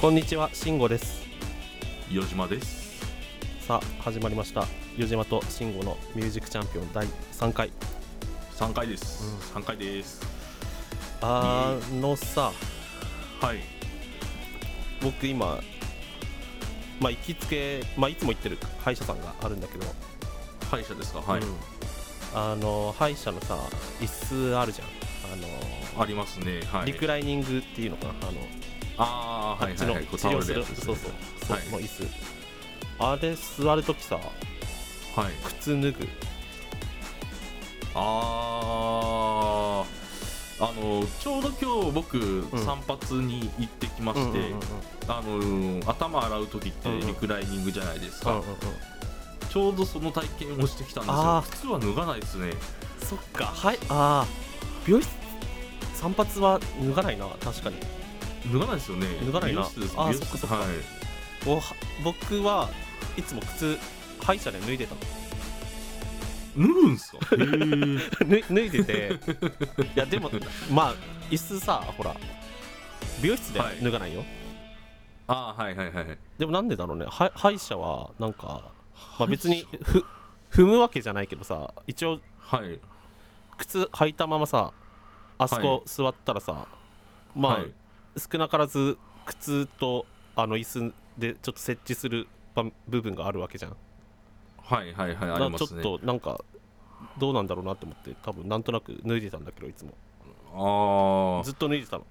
こんにちは、しんごです。よじまですさあ、始まりました。よじまとしんごのミュージックチャンピオン第3回。 3回です、うん三回ですあのさ、はい僕今、まあ、行きつけ、まあ、いつも行ってる歯医者さんがあるんだけど、歯医者ですかはい、うんあの歯医者のさ、椅子あるじゃん。あのありますねはいリクライニングっていうのかな、あのあああはっいちはいのはい治こう倒療れするる、やつですそうねそう、そはいの椅子。あれ座るときさ、はい靴脱ぐ。あああのちょうど今日僕、ん散髪に行ってきまうしんうんて、うんうんあの頭洗う時ってうんうんリクライニングじゃないですうか、んうんうんちょうどその体験をしてきたんであすよー靴は脱がないですねそっかはいああ美容室散髪は脱がないな確かに脱がないですよね脱がないな美容室ですあー美容室そっかそっかはいおは僕はいつも靴歯医者で脱いでた の脱ぐんですかへー脱脱いでていやでもまあ椅子さほら美容室ではい脱がないよ、ああはいはいはいはいでもなんでだろうねは歯医者はなんか、まあ、別にふ踏むわけじゃないけどさ一応はい靴履いたままさあそはいこ座ったらさ、まあ、はい少なからず靴とあの椅子でちょっと設置する場部分があるわけじゃん、はいはいはいあだりまちょすっねとなんかどうなんだろうなと思って多分なんとなく脱いでたんだけどいつもあずっと脱いでたの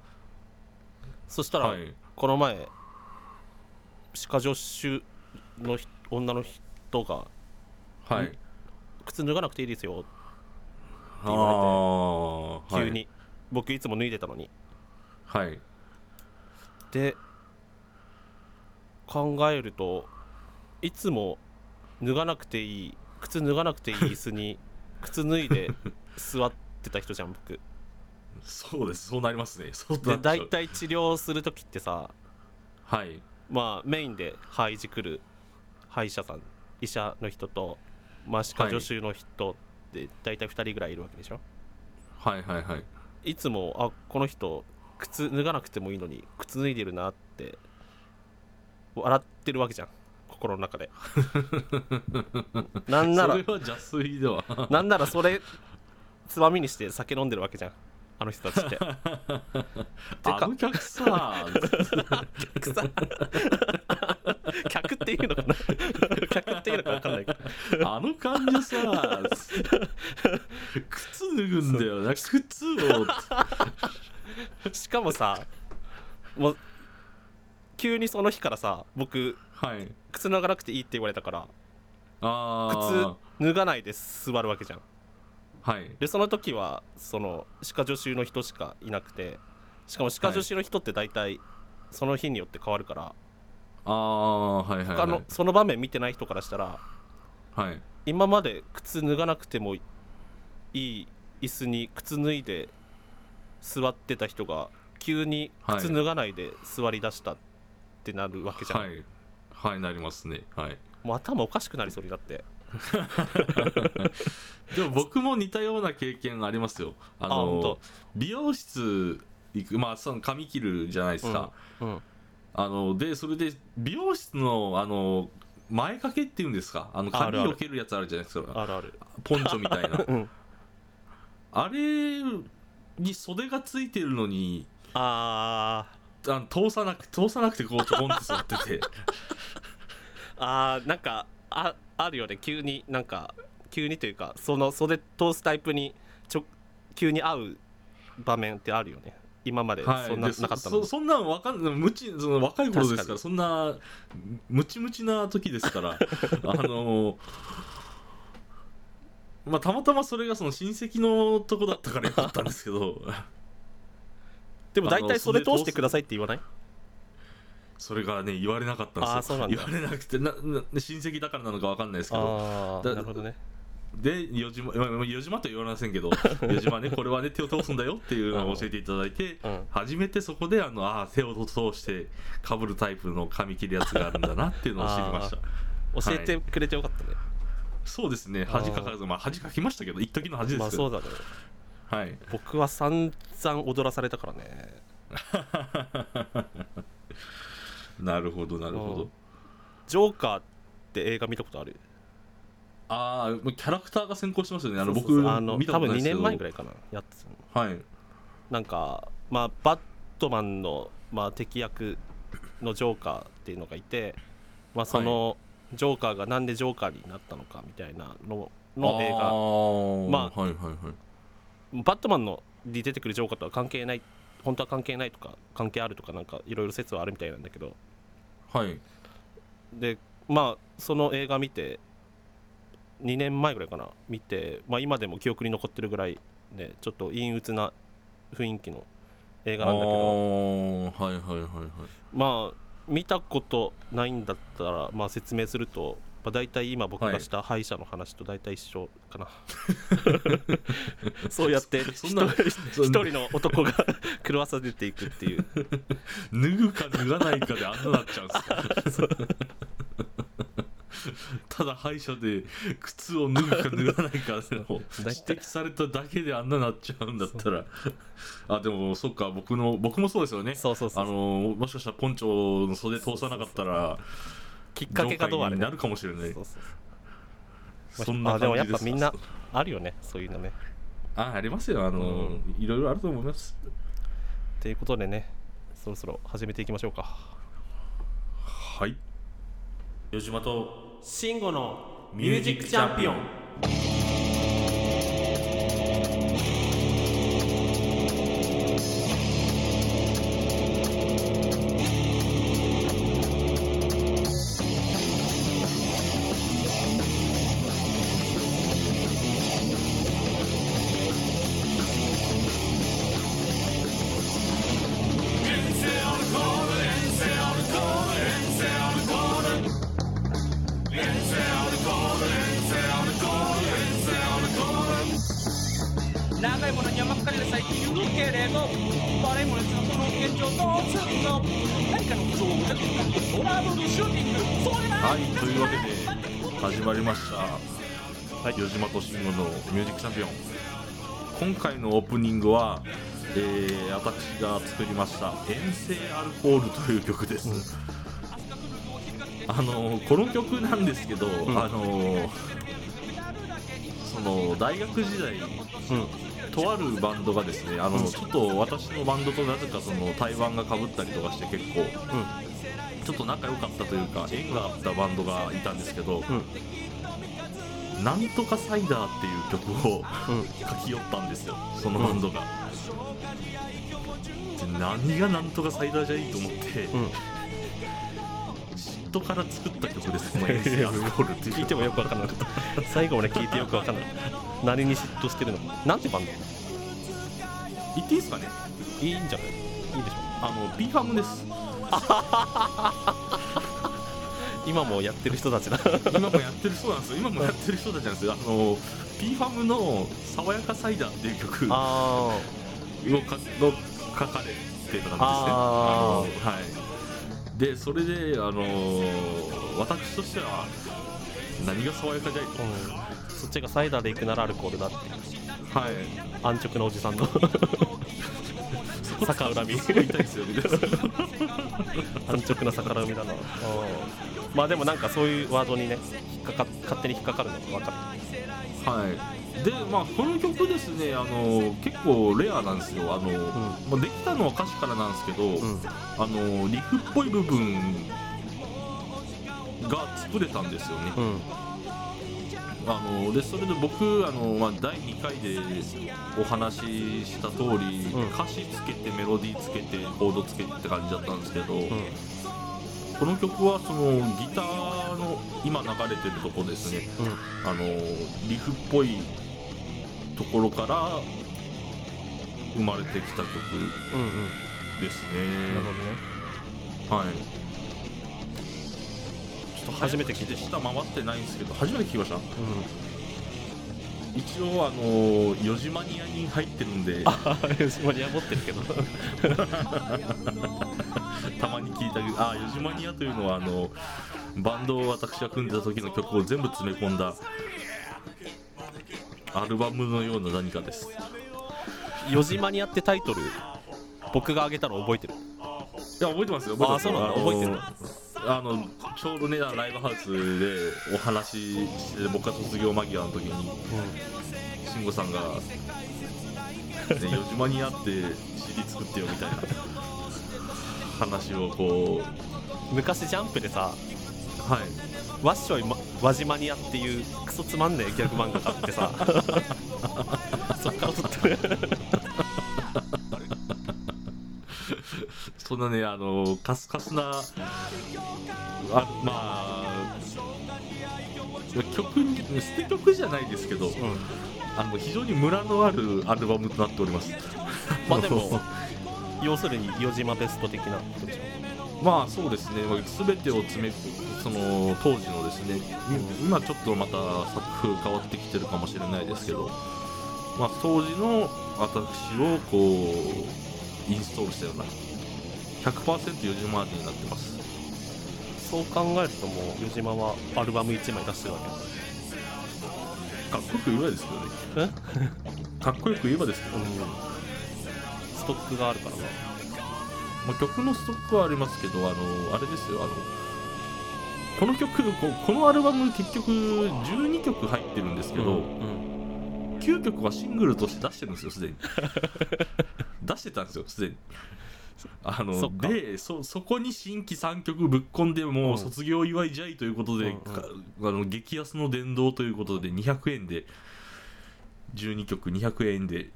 そしたあら、はいこの前歯科助手のひ女の人がはい靴脱がなくていいですよああは急いに、僕いつも脱いでたのにはいで考えるといつも脱がなくていい靴脱がなくていい椅子 に靴脱いで座ってた人じゃん僕そうですそうなりますねそうなでっちゃう大体治療する時ってさはいまあメインで歯いじくる歯医者さん医者の人と、まあ、歯科はい助手の人って大体2人ぐらいいるわけでしょ、はいはいはいい、つもあこの人靴脱がなくてもいいのに靴脱いでるなって笑ってるわけじゃん心の中 でなんならそれは邪推ではなんならそれつまみにして酒飲んでるわけじゃんあの人たちってあの客さ客さ客っていうのかな 客っていうのか分かんないけどあの患者さ 靴脱ぐんだよな靴をしかもさもう急にその日からさ僕はい靴脱がなくていいって言われたからあ靴脱がないで座るわけじゃんあはいでその時はその歯科助手の人しかいなくてしかも歯科助手の人って大体その日によって変わるから、ああはいはい他はのいその場面見てない人からしたらはい今まで靴脱がなくてもいい椅子に靴脱いで座ってた人が急に靴脱がないで座り出したってなるわけじゃん、はいはいなりますねはいもう頭おかしくなりそうになってでも僕も似たような経験ありますよ。ああ本の当美容室行く、まあ、その髪切るじゃないですか。うんあので、それで美容室のあの前掛けっていうんですか、あのあ髪るあるをけるやつあるじゃないですか、あるある。ポンチョみたい なうんあれに袖がついてるのに、ああの通さなく通さなくてこうちょこんって座っててーあーなんかああるよね急になんか急にというかその袖通すタイプにちょ急に合う場面ってあるよね今まではいそんなでなかったのそに、そんなんわかんない無知その若い頃ですから確かにそんなムチムチな時で すからあのまあたまたまそれがその親戚のとこだったからよかったんですけ どでも大あ体の袖通袖し通てすくださいって言わないそれがね言われなかったんですよあーそうなんだ言われなくてなな親戚だからなのかわかんないですけどあだなるほどねで余島まあまあ余島とは言われませ んけど余島ねこれはね手を通すんだよっていうのを教えていただいて、うん初めてそこであのあー手を通してかぶるタイプの髪切るやつがあるんだなっていうのを知りました教えてくれてよかったね、そうですねあー恥かかずまあ恥かきましたけど一時の恥ですまあけそど、うだねはい僕は散々踊らされたからねなるほどなるほうどんジョーカーって映画見たことあるああもうキャラクターが先行してますよねあのそう僕そうそうあの見た多こと分ない2ですけど年前ぐらいかなやってたのはいなんかまあバットマンの、まあ、敵役のジョーカーっていうのがいて、まあ、そのジョーカーがなんでジョーカーになったのかみたいなのの映画画まあーはいはいはいバットマンのに出てくるジョーカーとは関係ない本当は関係ないとか関係あるとかなんかいろいろ説はあるみたいなんだけどはいでまあその映画見て2年前ぐらいかな見て、まあ、今でも記憶に残ってるぐらいねちょっと陰鬱な雰囲気の映あ画なあんだけどーはいはいはいはいまあ見たことないんだったら、まあ、説明すると、まあ、大体今僕がした歯医者の話と大体一緒か な、そうやってそ一んな人そん一人の男が 狂わされていくっていう脱ぐか脱がないかであんななっちゃうんですかただ歯医者で靴を脱ぐか脱がないかで大体も指摘されただけであんななっちゃうんだったら あでもそっか僕の僕もそうですよねそうそうそあうのもしかしたらポンチョの袖通さなかったらきっかけがどうあれにねなるかもしれないそうそうそうそんなあでも感やっじでぱすみんなあるよねそういうのねあありますよあの、うんいろいろあると思いますということでねそろそろ始めていきましょうかはい余島と慎吾のミュージックチャンピオン長いものには巻かれる最近いるけれど悪いものにはこの現状どうするの何かの不を歌ってトラブルシューティングそれなはいというわけで始まりました、はい余島と慎吾のミュージックチャンピオン今回のオープニングは、えー私が作りました「遠征アルコール」という曲です、あのこの曲なんですけど、あのその大学時代うんとあるバンドがですねあのちょっと私のバンドとなぜかその台湾がかぶったりとかして結構ちょっと仲良かったというか縁があったバンドがいたんですけど、なんとかサイダーっていう曲をうんうん書き寄ったんですよそのバンドが、で何がなんとかサイダーじゃいいと思って、うん嫉妬から作った曲ですこの「遠征アルコール」っていう聞いてもよくわかんなかった最後まで聞いてよくわかんない何に嫉妬してるのなんてバンド言っていいですかねいいんじゃないいいでしょあの B ファムです今もやってる人たちだ今もやってるそうなんですよ今もやってる人たちなんですよあの P ファムの「爽やかサイダー」っていう曲をかあの書かれてたんですねあーあのはいでそれであの私としては何が爽やかじゃいと、うんそっちがサイダーで行くならアルコールだってはい安直なおじさんの逆恨みすごい痛いですよね安直な逆恨みだなうんまあでもなんかそういうワードにね引っかか勝手に引っかかるのがわかる はいでまあこの曲ですねあの結構レアなんですよあの、まあ、できたのは歌詞からなんですけど、うんあのリフっぽい部分が作れたんですよね、うんあのでそれで僕あの、まあ、第2回でお話しした通り、うん歌詞つけてメロディーつけてコードつけてって感じだったんですけど、うんこの曲はそのギターの今流れてるとこですねうんあのリフっぽいところから生まれてきた曲うんですうんなるねほどねはい。ちょっと初めて聞いて下回ってないんですけど、初めて聞きました。うん一応あのー、四時マニアに入ってるんで、あマニア持ってるけどたまに聞いたけど、あー、四時マニアというのはあのバンドを私が組んでた時の曲を全部詰め込んだ。アルバムのような何かです。 「よじマニア」ってタイトル僕があげたの覚えてるいや覚えてますよあ覚えそてうなんだます覚えてるるあのちょうどねあのライブハウスでお話しして僕が卒業間際の時に慎吾さんが、ね「よじまに会って CD 作ってよ」みたいな話をこう昔ジャンプでさはいわっしょい、ま、輪島にやっていうクソつまんねえギャグ漫画があって さそっから撮ってるそんなねあのカスカスなあまあ曲に捨て曲じゃないですけど、あの非常にムラのあるアルバムとなっておりますまあで も要するに余島ベスト的なことでしょまあそうですね、まあ全てを詰めその当時のですね、い今ちょっとまた作風変わってきてるかもしれないですけど、まあ、当時の私をこうインストールしたような100%四十マージになってますそう考えるともう余島はアルバム1枚出してるわかっこよく言えばですけけうどねんかっこよく言えばですけど、うんストックがあるからなまあ、曲のストックはありますけどあのあれですよあのこの曲ここのアルバム結局12曲入ってるんですけど、うん9曲はシングルとして出してるんですよすでに 出してたんですよすでにあそのっかでそそこに新規3曲ぶっ込んでもうんう卒業祝いじゃいということで、うんうんかあの激安の殿堂ということで200円で12曲200円で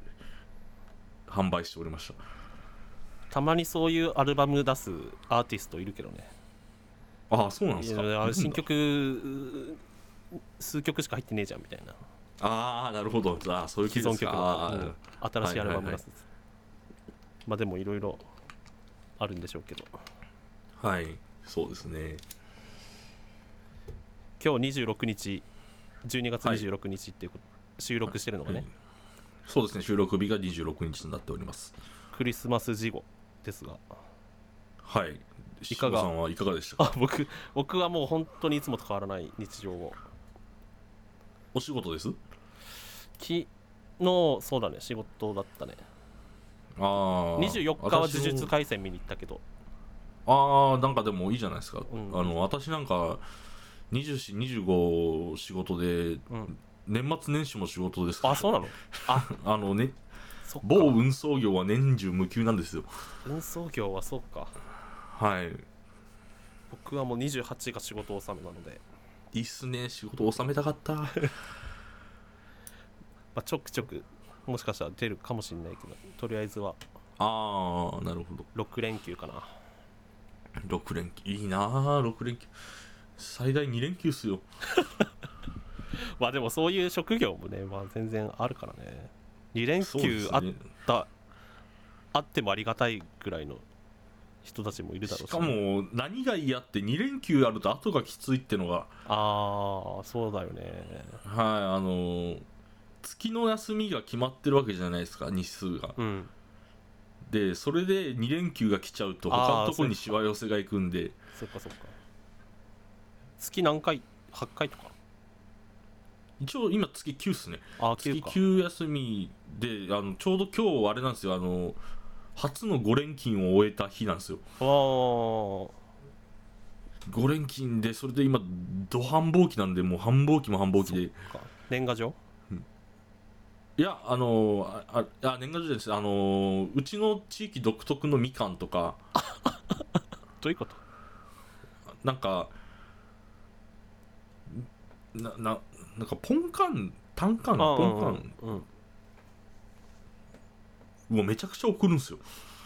販売しておりましたたまにそういうアルバム出すアーティストいるけどねああそうなんでいすかやあうん新曲数曲しか入ってねえじゃんみたいなああなるほどああそういう気既で存す曲かの、あうーん新しいアルバム出す、はまあでもいろいろあるんでしょうけどはいそうですね今日26日12月はい26日っていうこと、収録してるのがね、うんそうですね収録日が26日になっておりますクリスマス事後ですがはい。いいかかががさんはいかがでした かあ僕僕はもう本当にいつもと変わらない日常をお仕事です昨日そうだね仕事だったねああ。 24日は呪術私も廻戦見に行ったけどああ、なんかでもいいじゃないですか。うんあの、私なんか、24、25仕事で、うん年末年始も仕事ですからあそうなの あのね、そっか某運送業は年中無休なんですよ。運送業はそうかはい。僕はもう28が仕事納めなので、いいっすね、仕事納めたかった。まあ、ちょくちょくもしかしたら出るかもしれないけどとりあえずはああ、なるほど。 6連休かな 6連休。いいなあ、6連休。最大2連休っすよ。まあでもそういう職業もね、まあ、全然あるからね2連そうで休すあっね。た、あってもありがたいぐらいの人たちもいるだろうししかも何が嫌って2連休あると後がきついってのがああそうだよねはいあのー月の休みが決まってるわけじゃないですか日数がうんでそれで2連休が来ちゃうとあー他のとこにしわ寄せが行くんでそっかそっか月何回8回とか一応今月9っすねああ9月か9休みであのちょうど今日あれなんですよあのー初の5連勤を終えた日なんですよあー5連勤でそれで今ど繁忙期なんでもう繁忙期も繁忙期でそっか年賀状いや、あのーあああ年賀状じゃないです、あのーうちの地域独特のみかんとか、どういうことなんか、な、な、なんか、ポンカン、タンカン、ポンカンうんうん、うんをめちゃくちゃ送るんですよ。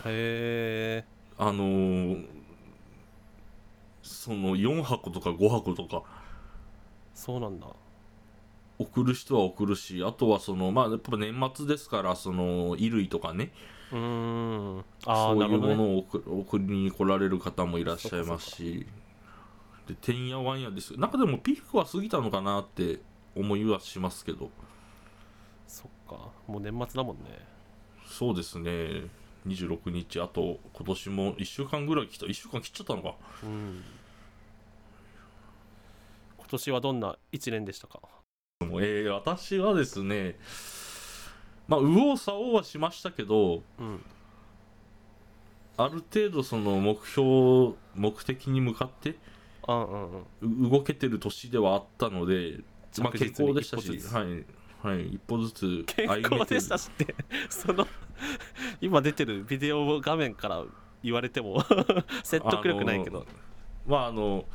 へえあのーその4箱とか5箱とかそうなんだ送る人は送るし、あとはその、まあ、やっぱ年末ですから、その、衣類とかね、うーんああそうないるうほもど、のね、を送送りに来られる方もいらっしゃいますし、でてんやわんやですよ、なんかでもピークは過ぎたのかなって思いはしますけど、そっかもう年末だもんねそうですね、26日、あと今年も1週間ぐらい来た、1週間切っちゃったのか、うん今年はどんな1年でしたかもうえー私はですね、まあ、右往左往はしましたけど、うんある程度その目標目的に向かってうんうんうんう動けてる年ではあったので、まあ、着健実に康でしたし一歩ずつはい、はい、一歩ずつ健康でしたしってその今出てるビデオ画面から言われて も説得力ないけどあのまああの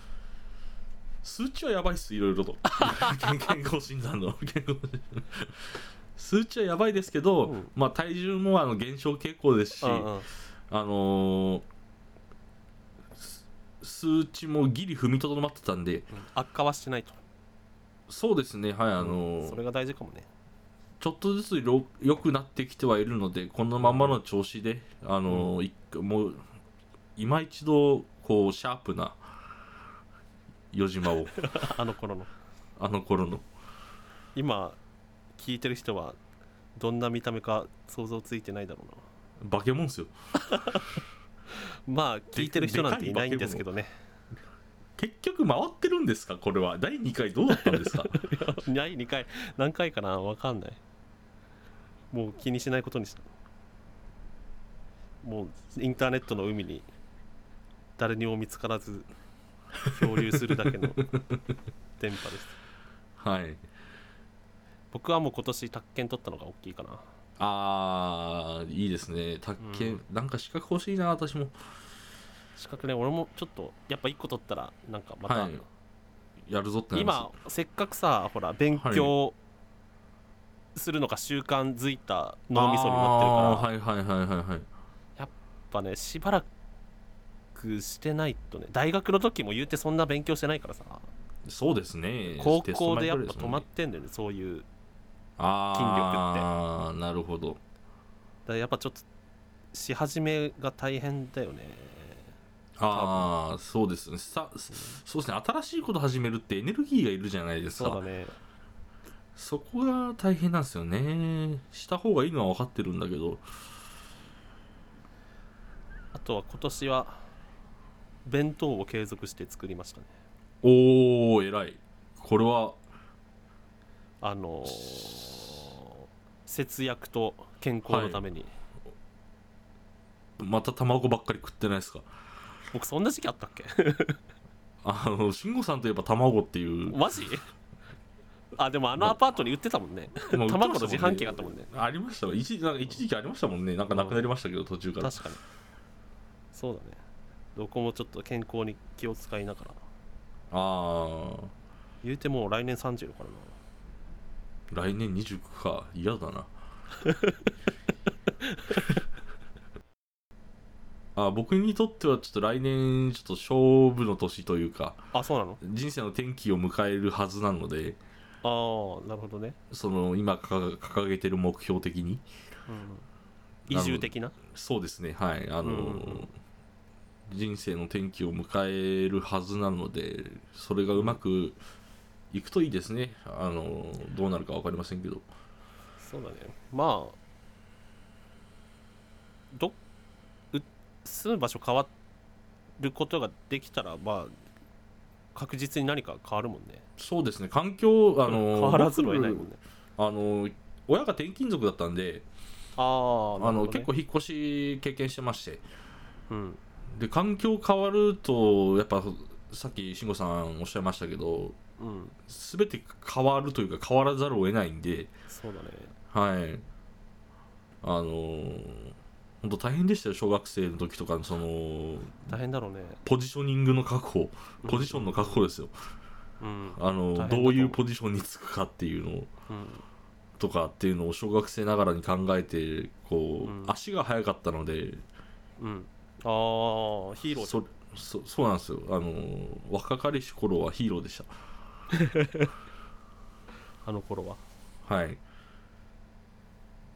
数値はやばいっすいろい ろと健康診断の健康診断数値はやばいですけど、うんまあ、体重もあの減少傾向ですし、うんうんあのーす数値もギリ踏みとどまってたんで悪化はしてないと、そうですねはいあのーそれが大事かもねちょっとずつろ良くなってきてはいるのでこのままの調子であの、いもう今一度こうシャープな余島 をあの頃のあの頃の今聞いてる人はどんな見た目か想像ついてないだろうバケモンっすよなまあ聞いてる人なんていないんですけどね結局回ってるんですかこれは第2回どうだったん ですか第2回何回かな分かんないもう気にしないことにしたもうインターネットの海に誰にも見つからず漂流するだけ の電波ですはい僕はもう今年宅建取ったのが大きいかなあーいいですね卓球、なんか資格欲しいな私も資格ね俺もちょっとやっぱ1個取ったらなんかまた、はいやるぞってなり今ませっかくさほら勉強するのが習慣づいた脳みそになってるから、やっるからはいはいはいはいはいぱねしばらくしてないとね大学の時も言うてそんな勉強してないからさそうですね高テスト校前でやっぐらいぱす止もんまねってんだよねそういうだかああなるほどらやっぱちょっとし始めが大変だよねああそうですねさそうですね新しいこと始めるってエネルギーがいるじゃないですそかうだねそこが大変なんですよねした方がいいのは分かってるんだけどあとは今年は弁当を継続して作りましたねおお偉いこれはあのー節約と健康のために、また卵ばっかり食ってないですか僕そんな時期あったっけあの慎吾さんといえば卵っていう、 マジあでもあのアパートに売ってたもんねまあ卵の自販機があったもんねありましたわ一時なんか一時期ありましたもんねなんかなくなりましたけど途中から確かにそうだねどこもちょっと健康に気を使いながらああ言うてもう来年30だから来年29か嫌だな あ僕にとってはちょっと来年ちょっと勝負の年というかなあそうなの人生の転機を迎えるはずなのでああなるほどね、その今掲掲げてる目標的に移住的なそうですねはいあの、うんうん人生の転機を迎えるはずなのでそれがうまくいくといいですねあのどうなるか分かりませんけどそうだねまあどう住む場所変わることができたらまあ確実に何か変わるもんねそうですね環境あの変わらずはいないもんねあの親が転勤族だったんで、あああの結構引っ越し経験してましてうんで環境変わるとやっぱさっき慎吾さんおっしゃいましたけどうん全て変わるというか変わらざるを得ないんでそうだねはいあの本当大変でしたよ小学生の時とかのその大変だろうねポジショニングの確保ポジションの確保ですようん、あの大変だと思うどういうポジションにつくかっていうのをうん、とかっていうのを小学生ながらに考えてこう、うん足が速かったのでうん、ああヒーローじゃんそそそうなんですよあのー若かりし頃はヒーローでしあの頃はたはい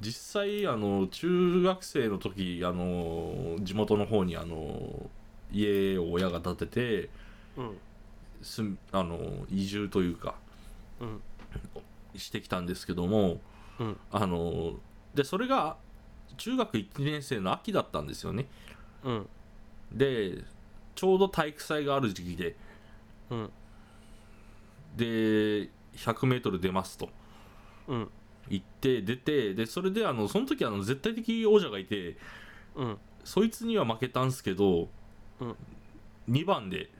実際あの中学生の時あのー地元の方にあのー家を親が建ててうんすんあのー移住というかうんしてきたんですけどもうんあのーでそれが中学1年生の秋だったんですよねうんでちょうど体育祭がある時期でうんで 100m 出ますとうん行って出てでそれであのその時あの絶対的王者がいてうんそいつには負けたんすけど、うん2番で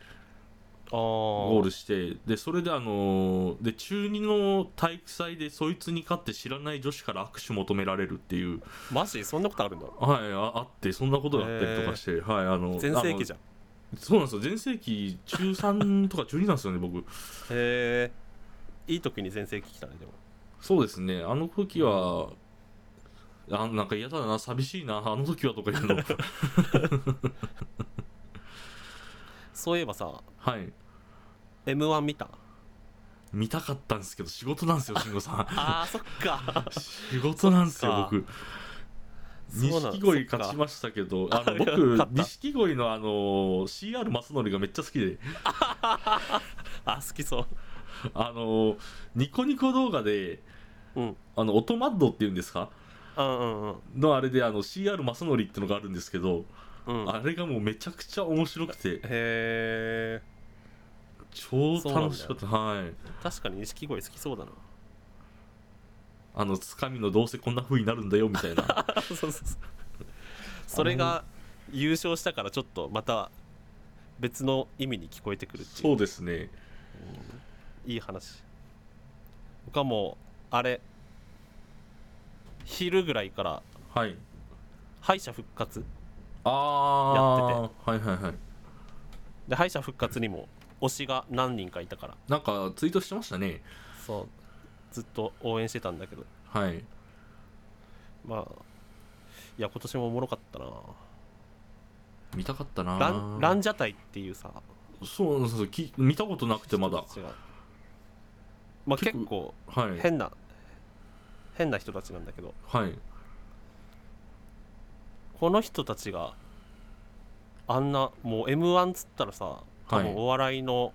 あゴーールしてでそれであのーで中2の体育祭でそいつに勝って知らない女子から握手求められるっていうマジそんなことあるんだはいああってそんなことがあったりとかして、はいあの全盛期じゃんあのそうなんですよ全盛期中3とか中2なんですよね僕へえいい時に全盛期来たねでもそうですねあの時はあなんか嫌だな寂しいなあの時はとか言う のそういえばさはい m 1見た見たかったんですけど仕事なんですよ慎吾 さんあーそっ か仕事なんですそっよか僕そうなの錦鯉勝ちましたけどあ の僕勝った錦鯉のあのー CR 正則がめっちゃ好きであ好きそあのーニコニコ動画でううんあのオトマッドっていうんですかうんうんうんのあれであの CR 正則ってのがあるんですけど、うんあれがもうめちゃくちゃ面白くてへえ超楽しかったはい確かに錦鯉好きそうだなあのつかみのどうせこんな風になるんだよみたいな そうそうそうそれが優勝したからちょっとまた別の意味に聞こえてくるっていそううですねいい話僕はもうあれ昼ぐらいからはい敗者復活ああはいはいはいで敗者復活にも推しが何人かいたからなんかツイートしてましたねそうずっと応援してたんだけどはいまあいや今年もおもろかったな見たかったなランランジャタイっていうさそうそうそうき見たことなくてまだ違うまあ結構結構はい変な変な人たちなんだけどはいこの人たちがあんなもう m 1つったらさ多はい分お笑いの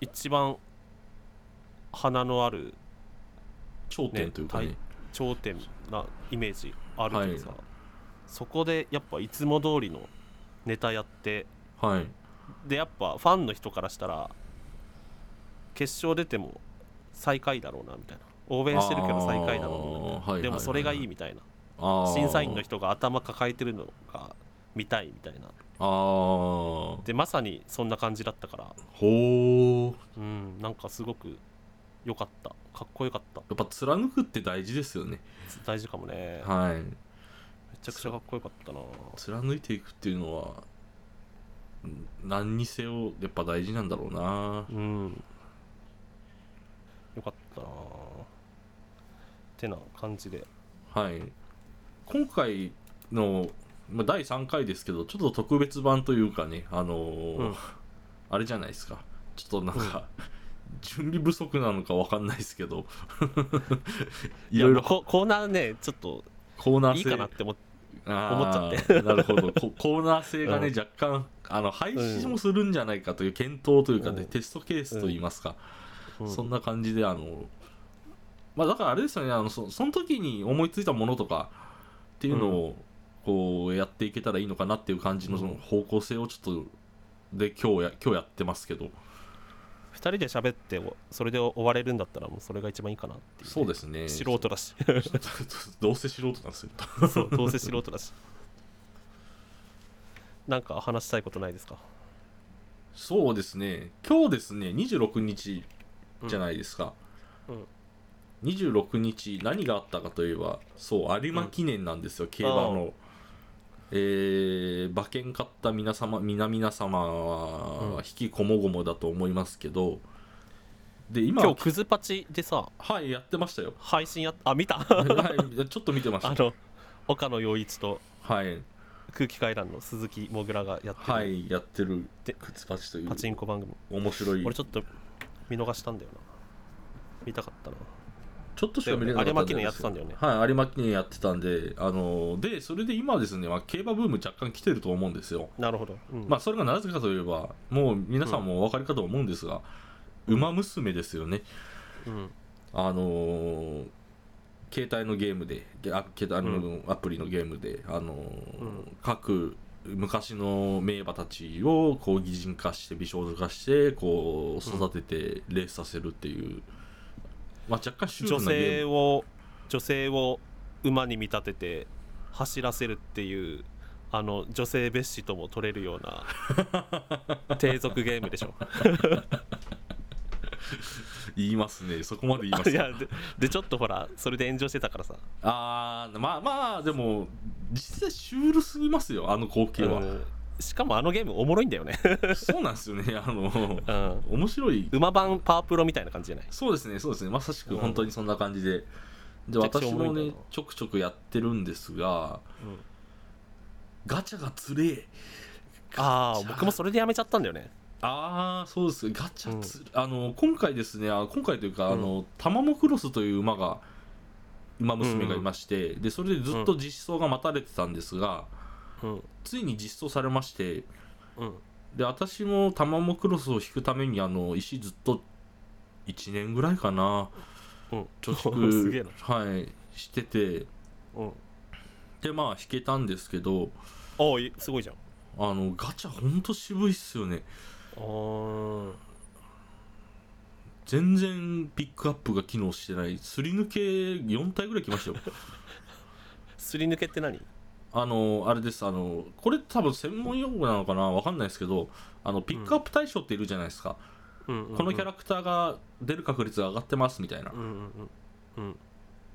一番花のある頂点ねというかねはい頂点なイメージあるけどさ、そこでやっぱいつも通りのネタやってはい、でやっぱファンの人からしたら決勝出ても最下位だろうなみたいな応援してるけど最下位だろうあーはないではいはもいそれがいいみたいなあー審査員の人が頭抱えてるのが見たいみたいなああほでまさにそんな感じだったからーうんなんかすごく良かったかっこよかったやっぱ貫くって大事ですよね大事かもねめはいちゃくちゃかっこよかったな貫いていくっていうのはうん何にせよやっぱ大事なんだろうなうんよかったなってな感じではい今回の、まあ、第3回ですけどちょっと特別版というかねあのーうんあれじゃないですかちょっとなんか、準備不足なのかわかんないですけど いろいやろココーナーねちょっとコーナーい性いかなって思ってあ思ーっなるほど こコーナー性がね、うん若干あの廃止もするんじゃないかという検討というかね、うんテストケースといいますか、うんそんな感じであのまあだからあれですよねあのそその時に思いついたものとかっていうのをこうやっていけたらいいのかなっていう感じのその方向性をちょっとで今日や今日やってますけど2人で喋っておそれで終われるんだったらもうそれが一番いいかなっていうね、そうですね素人だしどうせ素人なんですよそうどうせ素人だしなんか話したいことないですかそうですね今日ですね26日じゃないですか、うんうん26日何があったかといえばそう有馬記念なんですよ、競馬のえー馬券買った皆様皆々う様んは引きこもごもだと思いますけど、で今今日クズパチでさはいやってま したよ配信やっあ見た はいちょっと見てましあたの岡野陽一とはい空気階段の鈴木もぐらがやってる、はいやってるでクツパチというパチンコ番組面白い俺ちょっと見逃したんだよな見たかったなちょっとしか見れなかった有馬記念やってたんだよねはい、有馬記念やってたんで、あのーで、それで今はですね、まあ、競馬ブーム若干来てると思うんですよ。なるほど、うんまあ、それがなぜかといえば、もう皆さんもお分かりかと思うんですが、馬娘ですよね。うんあのー携帯のゲームで、げあ携帯の、うアプリのゲームで、あのーうん各昔の名馬たちをこう擬人化して美少女化してこう育ててレースさせるっていう、まあ、若干シュー女ルなゲーム性を女性を馬に見立てて走らせるっていうあの女性蔑視とも取れるよう な低俗ゲームでしょ言いますねそこまで言いますいやででちょっとほらそれで炎上してたからさあーまあまあでも実際シュールすぎますよあの光景は、うんしかもあのゲームおもろいんだよね、そうなんですよね あのうん、面白い馬版パワープロみたいな感じじゃないそうですねそうですねまさしくうん本当にそんな感じで、でめちゃくちゃお私もろいもんだよねちょくちょくやってるんですが、うんガチャがつれえああ僕もそれでやめちゃったんだよねああそうですガチャつ、あの今回ですねあ今回というか、うんあのタマモクロスという馬が馬娘がいまして、でそれでずっと実装が待たれてたんですが、うんついに実装されましてうんで私もタマモクロスを引くためにあの石ずっと1年ぐらいかなうん貯 すげえな蓄、はい、しててうんでまあ引けたんですけどおいすごいじゃんあのガチャほんと渋いっすよねお全然ピックアップが機能してないすり抜け4体ぐらい来ましたよすり抜けって何あのあれですあのこれ多分専門用語なのかなわかんないですけどあのピックアップ対象っているじゃないですか、ここのキャラクターが出る確率が上がってますみたいな、うんうんうんうん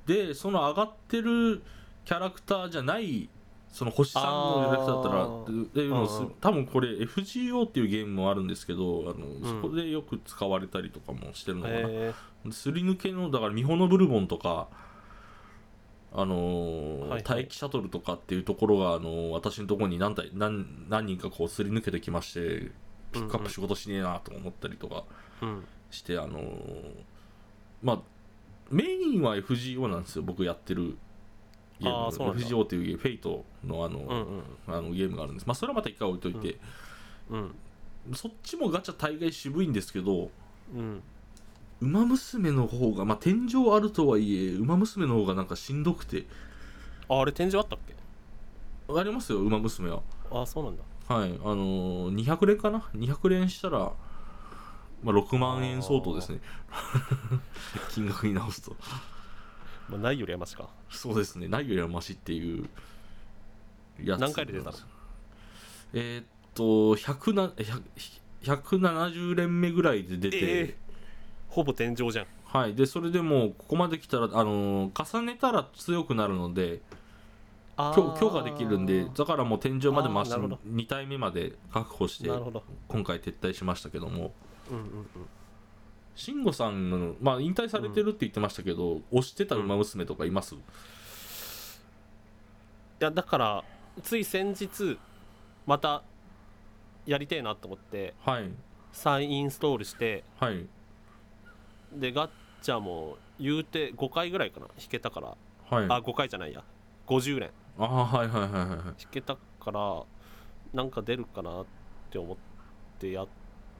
でその上がってるキャラクターじゃないその星さんのキャラクターだったらあーっていうのをすうんうん多分これ FGO っていうゲームもあるんですけどあの、んそこでよく使われたりとかもしてるのかな、えすり抜けのだからミホノブルボンとかあのーはいはい待機シャトルとかっていうところが、あのー私のところに何体何何人かこうすり抜けてきましてピックアップ仕事しねえなと思ったりとかーうんして、あのーまあメインは FGO なんですよ僕やってるゲームあーそうなんだ FGO っていうゲームフェイトのあの、うんうんあのゲームがあるんですまあそれはまた一回置いといて、うんそっちもガチャ大概渋いんですけどうんウマ娘の方が、まあ、天井あるとはいえ、ウマ娘の方がなんかしんどくて、ああれ天井あったっけありますよ、ウマ娘は。ああそうなんだはい、あのー、200連かな ?200 連したら、まあ、6万円相当ですね。 金額に直すと。まあ、ないよりはマシかそうですね、ないよりはマシっていうやつ。何回で出たのえーっと、100な100 170連目ぐらいで出て、えほぼ天井じゃんはい、で、それでもう、ここまで来たら、あのー重ねたら強くなるので、あ強強化できるんでだからもう天井まで回しあーなるほど2体目まで確保してなるほど今回撤退しましたけどもうんうん慎吾さんの、まあ、引退されてるって言ってましたけど、推してた馬娘とかいます、いやだからつい先日またやりてえなと思ってはい再インストールしてはいでガッチャも言うて5回ぐらいかな引けたから、はいあ5回じゃないや50連あーはいはいはいはいはい引けたからなんか出るかなって思ってやっ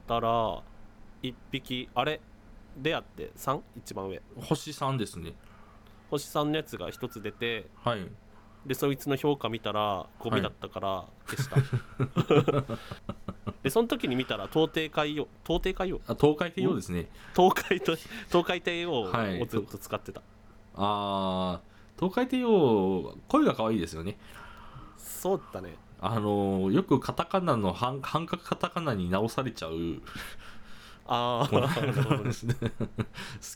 たら1匹あれレアって 3? 一番上星3ですね星3のやつが1つ出てはいでそいつの評価見たらゴミだったから消した、 でその時に見たら東帝海王東帝海王 あ東海帝王ですね東海と東海帝王はいをずっと使ってた、ああ東海帝王声が可愛いですよねそうだねあのーよくカタカナの半半角カタカナに直されちゃうああなるほどね好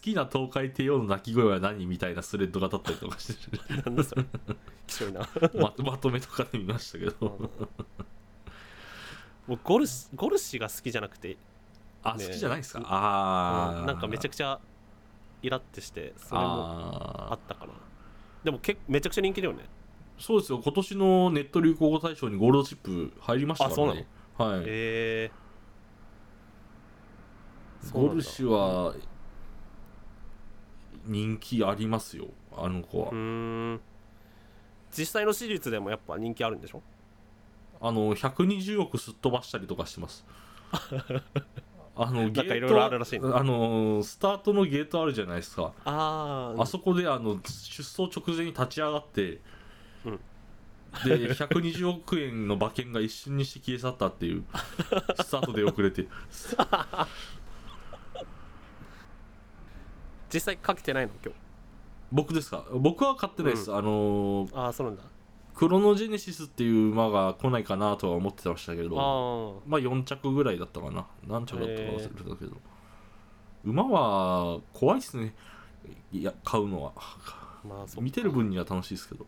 きな東海帝王の鳴き声は何みたいなスレッドが立ったりとかして るなんだそれきしょいなままとめとかで見ましたけどもうゴルシゴルシが好きじゃなくて、あ好ねえきじゃないですかああ、うんなんかめちゃくくちちゃイラってしてそゃれもああったかなでもけめちゃくちゃ人気だよねーそうですよ今年のネット流行語大賞にゴールドチップ入りましたからねはい、ええゴルシは人気ありますよあの子は、うーん実際の私立でもやっぱ人気あるんでしょあの120億すっ飛ばしたりとかし てますあのゲなートんかいろいろあるらしいねあのスタートのゲートあるじゃないですかああそこであの出走直前に立ち上がって、うんで120億円の馬券が一瞬にして消え去った っていうスタートで遅れて実際かけてないの今日僕ですか僕は買ってないです、あのーああそうなんだクロノジェネシスっていう馬が来ないかなとは思ってましたけどあまあ4着ぐらいだったかな何着だったか忘れたけど馬は怖いっすねいや買うのはあまあそう見てる分には楽しいですけど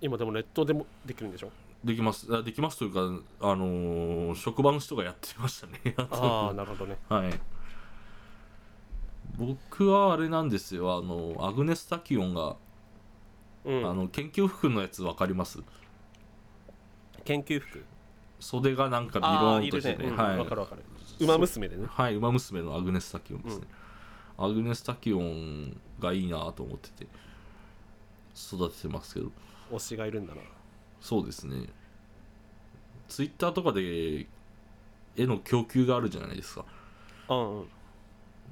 今でもネットでもできるんでしょできますあできますというかあのー職場の人がやってましたね あとああなるほどねはい。僕はあれなんですよ、あの、アグネス・タキオンが、うんあの、研究服のやつわかります研究服袖がなんかビロああーンいとるしてねて、うんわ、はい。かるわかる馬娘でねはい、馬娘のアグネス・タキオンですね。アグネス・タキオンがいいなと思ってて、育ててますけど、推しがいるんだなそうですね。ツイッターとかで、絵の供給があるじゃないですか。うんうん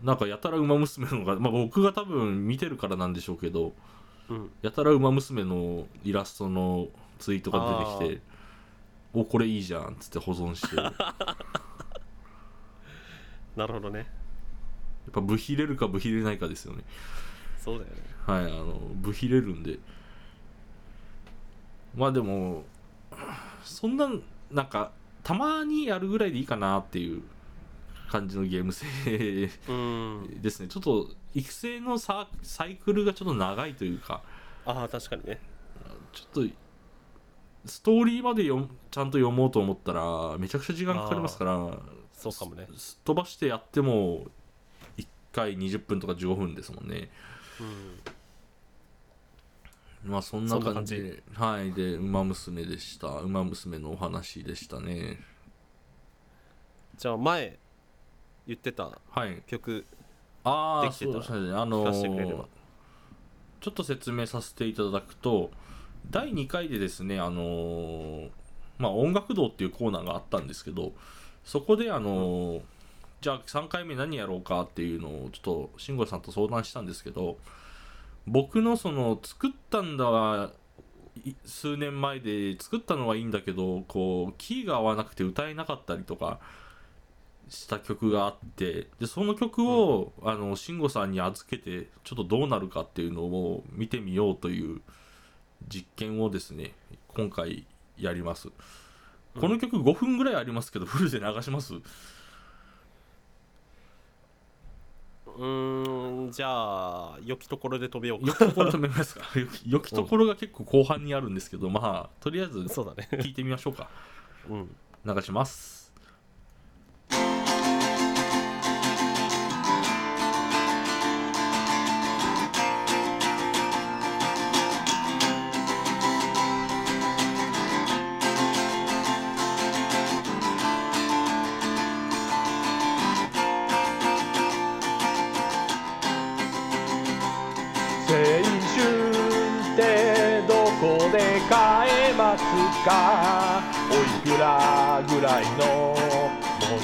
なんかやたら馬娘のが、まあ僕が多分見てるからなんでしょうけど、うんやたら「ウマ娘」のイラストのツイートが出てきて「おこれいいじゃん」っつって保存してやっなるほどねぱ部ひれるか部ひれないかですよねそうだよねはいあの部ひれるんでまあでもそんななんかたまにやるぐらいでいいかなっていう感じのゲーム性うんですねちょっと育成のササイクルがちょっと長いというかああ確かにねちょっとストーリーまで読むちゃんと読もうと思ったらめちゃくちゃ時間かかりますからそうかもねすっ飛ばしてやっても1回20分とか15分ですもんねうんまあそんなそんな感感じじはいで「ウマ娘」でした「ウマ娘」のお話でしたねじゃあ前言ってたはい曲ああできてそうたらですねあ聞のかせてくれればーちょっと説明させていただくと第2回でですねあのーまあ音楽堂っていうコーナーがあったんですけどそこであのーじゃあ3回目何やろうかっていうのをちょっと慎吾さんと相談したんですけど僕のその作ったんだはい数年前で作ったのはいいんだけどこうキーが合わなくて歌えなかったりとかした曲があってでその曲を、あの慎吾さんに預けてちょっとどうなるかっていうのを見てみようという実験をですね今回やりますこの曲5分ぐらいありますけどフルで流し ますうーんじゃあ良きところで飛びよう良かきところとめますか 良き良きところが結構後半にあるんですけどまあとりあえずそうだね聞いてみましょうかうん流します青春ってどこで買えますかおいくらぐらいの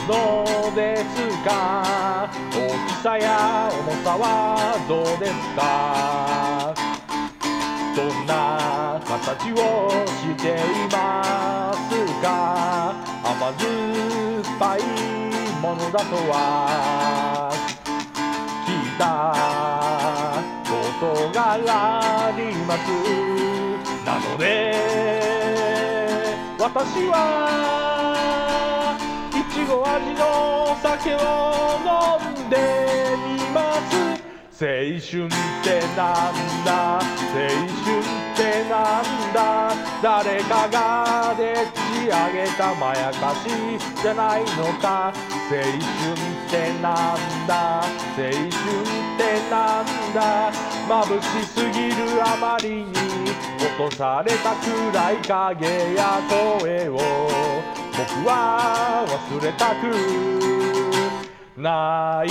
ものですか大きさや重さはどうですかどんな形をしていますか甘酸っぱいものだとは聞いたことがありますなので私はいちご味のお酒を飲んでみます青春ってなんだ青春ってなんだ誰かがでっち上げたまやかしじゃないのか青春ってなんだ青春ってなんだ眩しすぎるあまりに落とされた暗い影や声を僕は忘れたくない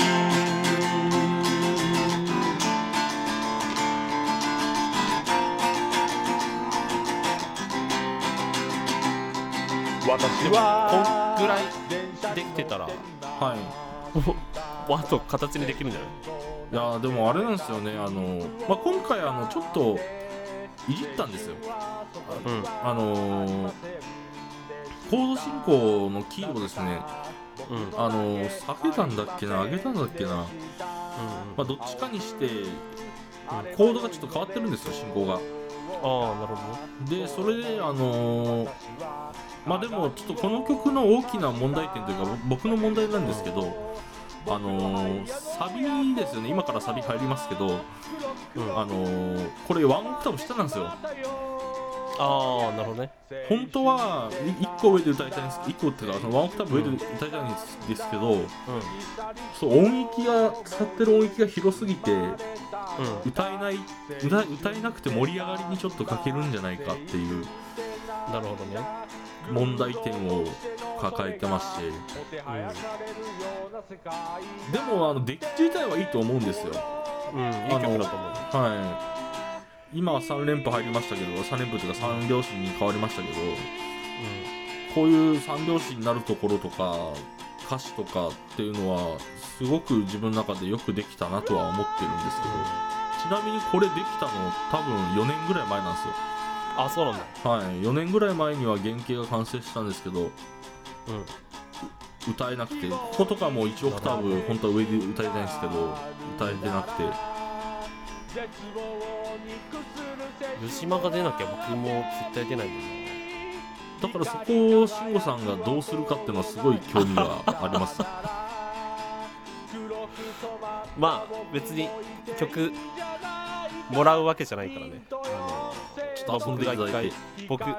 私は こんぐらいできてたらはいあと形にできるんじゃないいやーでもあれなんですよねあの、まあ、今回あのちょっといじったんですようんあのーコード進行のキーをですねうんあのー下げたんだっけな上げたんだっけな、まうんあ、どっちかにしてコードがちょっと変わってるんですよ進行があああなるほどねでそれであのーまあでもちょっとこの曲の大きな問題点というかぼ僕の問題なんですけどあのーサビですよね今からサビ入りますけど、うんあのーこれワンオクターブ下なんですよああなるほどね本当は1個上で歌いたいんです1個っていうかそのワンオクターブ上で歌いたいんですですけど、そう音域が使ってる音域が広すぎてうんうん歌えない歌歌えなくて盛り上がりにちょっと欠けるんじゃないかっていうなるほどね問題点を抱えてましてでもあのデッキ自体はいいと思うんですようんいい曲だと思うはい今は3連覇入りましたけど3連覇というか3拍子に変わりましたけどこういう3拍子になるところとか歌詞とかっていうのはすごく自分の中でよくできたなとは思ってるんですけどちなみにこれできたの多分4年ぐらい前なんですよあそうなんだはい、4年ぐらい前には原型が完成したんですけどうん歌えなくてこことかも1オクターブ本当は上で歌いたいんですけど歌えてなくて吉間が出なきゃ僕も絶対出ないもんなだからそこを慎吾さんがどうするかっていうのはすごい興味があり ますまあ別に曲もらうわけじゃないからねあのちょっと遊ん僕でいが一ただい回て僕が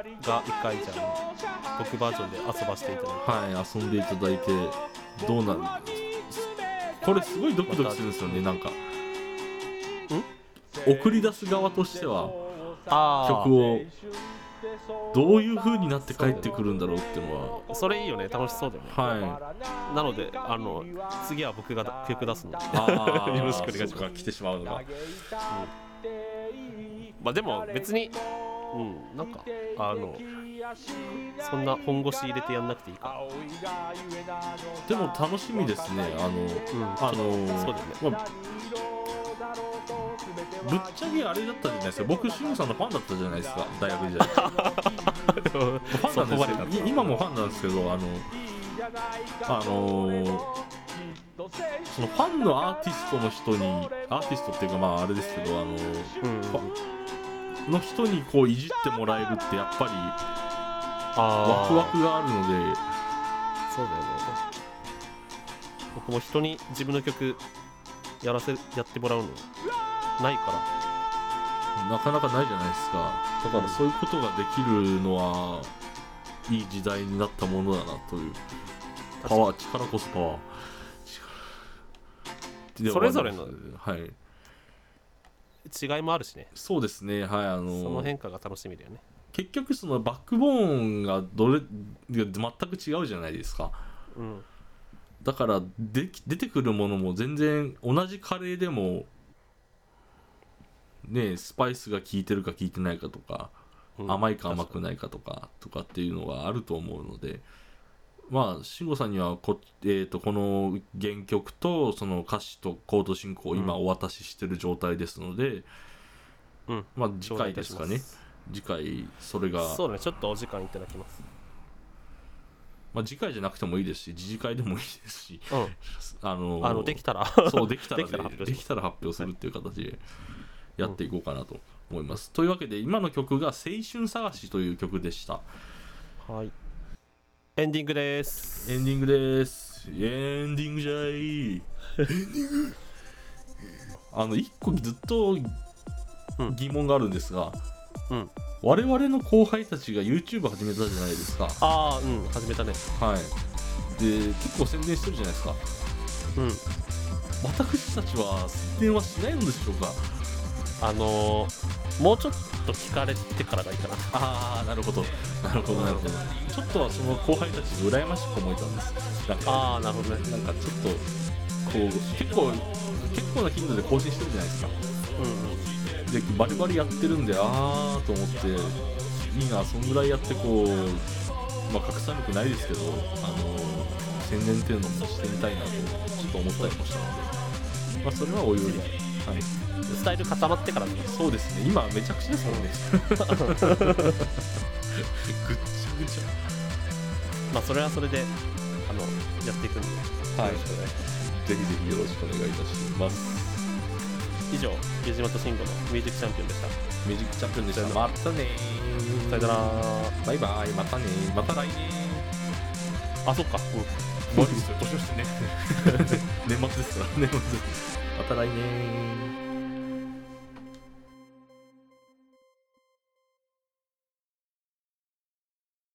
一回じゃあ僕バージョンで遊ばせていただいてはい遊んでいただいてどうなるこれすごいドキドキするんですよねなんか送り出す側としてはあ曲をどういう風になって帰ってくるんだろうっていうのあそれいいよね楽しそうだよねははいなのであの次は僕が曲出すのであ ーよろしくお願いしますそうか来てしまうのがまあでも別にうんなんかあの そんな本腰入れてやんなくていいかでも楽しみですねあの、あのそうだよねまあぶっちゃけあれだったじゃないですか僕慎吾さんのファンだったじゃないですか大学時代フ ァンそこなまんでですよい今もファンなんですけどあのあのそのファンのアーティストの人にアーティストっていうかまああれですけどあのうんファンの人にこういじってもらえるってやっぱりあワクワクがあるのでそうだよね僕も人に自分の曲やらせやってもらうのないかなかなかないじゃないですかだからそういうことができるのはいい時代になったものだなというパワー力こそパワー力ではそれぞれのありますはいら違いもあるしねそうですねはいあのその変化が楽しみだよね結局そのバックボーンがどれいや全く違うじゃないですかうんだからでき出てくるものも全然同じカレーでもねえスパイスが効いてるか効いてないかとかうん甘いか甘くないかとかとかっていうのがあると思うのでまあ慎吾さんにはこ,、えー、とこの原曲とその歌詞とコード進行を今お渡ししてる状態ですので、うんまあ次回ですか頂戴いねたし次回それがますそうだねちょっとお時間いただきますまあ、次回じゃなくてもいいですし自治会でもいいですしうんあのあのできたらそうできたら できたら発表しででますきたら発表するっていう形でやっていこうかなと思います、というわけで今の曲が「青春探し」という曲でしたはいエンディングですエンディングです。エンディングじゃい。エンディング。あの、一個ずっとうん疑問があるんですが、うん我々の後輩たちが YouTube 始めたじゃないですか。はああうん始めたねい。で、結構宣伝してるじゃないですか。うん私たちは宣伝はしないのでしょうかあのーもうちょっと聞かれてからがいいかなああ、なるほど。なるほど、なるほど。ちょっとはその後輩たちが羨ましく思えたんです。なんか、ああなるほどねなんかちょっと、こう、結構、結構な頻度で更新してるじゃないですか。うでバリバリやってるんであーと思っていいなそんぐらいやってこうまあ隠さなくないですけどあの宣伝っていうのもしてみたいなとちょっと思ったりもしたので、まあ、それはおいおい、はい、んスタイル固まってからねそうですね今めちゃくちゃですもんね ぐっちゃぐちまあそれはそれであのやっていくんでゃはいぜひぜひよろしくお願いいたします以上吉本慎吾のミュージックチャンピオンでしたミュージックチャンピオンでしたまたねーさよならバイバイまたねーまた来年あそっか、うん 年ですよ年ですね年末ですから年末また来年